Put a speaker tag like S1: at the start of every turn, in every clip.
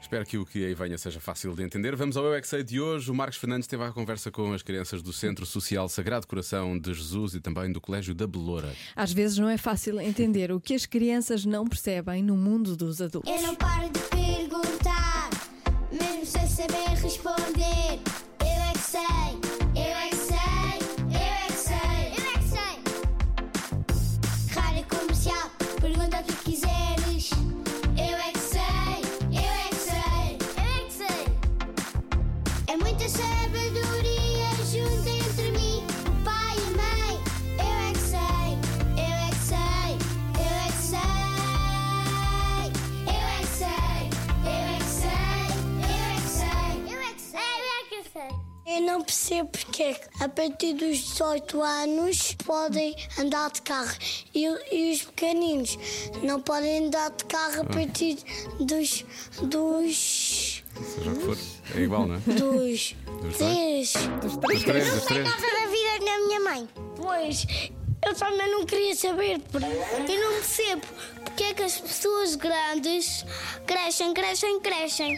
S1: Espero que o que aí venha seja fácil de entender. Vamos ao Eu é Que Sei de hoje. O Marcos Fernandes teve a conversa com as crianças do Centro Social Sagrado Coração de Jesus e também do Colégio da Beloura.
S2: Às vezes não é fácil entender o que as crianças não percebem no mundo dos adultos.
S3: Eu
S4: É
S3: não paro de perguntar, mesmo sem saber responder. Eu é que sei, eu é que sei, eu é que sei, eu é que sei. Rádio comercial, pergunta o que quiseres. Eu é que sei, eu é que sei, eu é que sei. É muita sabedoria junto entre mim, o pai e a mãe. Eu é que sei, eu é que sei, eu é que sei. Eu é que sei, eu é que sei, eu é que sei. Eu é que sei, eu é que sei.
S4: Eu não percebo porque é que a partir dos 18 anos podem andar de carro e, e os pequeninos não podem andar de carro a partir dos dos
S1: Seja o que for, é igual, não é?
S4: dos
S1: Dos
S4: 3.
S1: Os três, os três.
S4: da vida da minha mãe. Pois, eu também não queria saber. porque Eu não percebo porque é que as pessoas grandes crescem, crescem, crescem.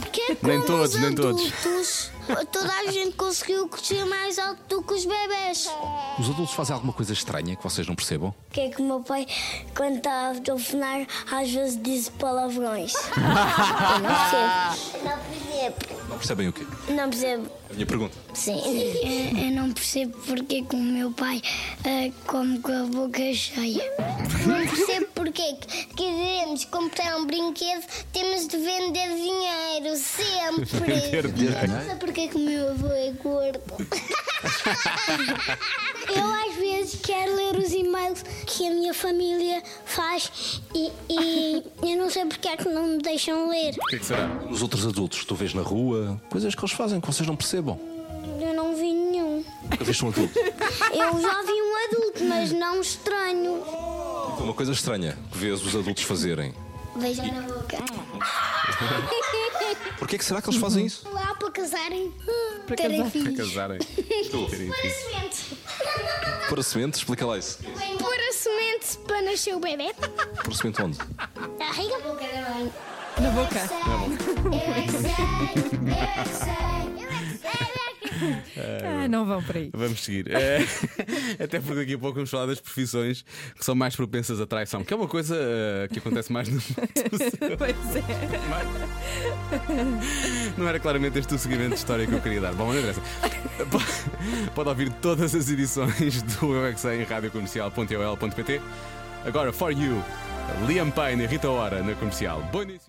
S4: Porque é que
S1: Nem
S4: os
S1: todos, nem todos.
S4: adultos, Toda a gente conseguiu crescer mais alto do que os bebés.
S5: Os adultos fazem alguma coisa estranha que vocês não percebam?
S4: Porque é que o meu pai, quando está a telefonar, às vezes diz palavrões. eu não percebo. Não percebo.
S5: Não percebem o quê?
S4: Não percebo.
S5: A minha pergunta.
S4: Sim. eh, Eu, eu não percebo porque que o meu pai ah, come com a boca cheia. Não percebo porque que queremos comprar um brinquedo, temos de vender dinheiro sempre.
S1: Vender dinheiro.
S4: Não sei porque que o meu avô é gordo. Eu às vezes quero ler os e-mails que a minha família faz e, e eu não sei porque é que não me deixam ler.
S1: O que é que será?
S5: Os outros adultos que tu vês na rua, coisas que eles fazem que vocês não percebam.
S4: Eu não vi nenhum.
S5: Nunca viste um adulto.
S4: Eu já vi um adulto, mas não estranho.
S5: Uma coisa estranha que vês os adultos fazerem.
S4: Beijo na boca.
S5: Porquê que será que eles fazem isso?
S4: Lá para casarem, para
S2: terem casar.
S1: Para casarem. Terem filhos.
S4: semente.
S5: Para semente, explica lá isso.
S4: Pôr a semente para nascer o bebê.
S5: Para semente onde?
S4: Da Tá, riga. boca da mãe. é
S2: Na boca. Ah, não vão para aí.
S1: Vamos seguir. É, até porque daqui a pouco vamos falar das profissões que são mais propensas à traição, que é uma coisa eh, que acontece mais no mundo.
S2: Pois é.
S1: Não era claramente este o seguimento de história que eu queria dar. Bom, não interessa. Pode, pode ouvir todas as edições do Eu é Que Sei em radiocomercial.ol.pt. Agora, for you, Liam Payne e Rita Ora na comercial. Bom início.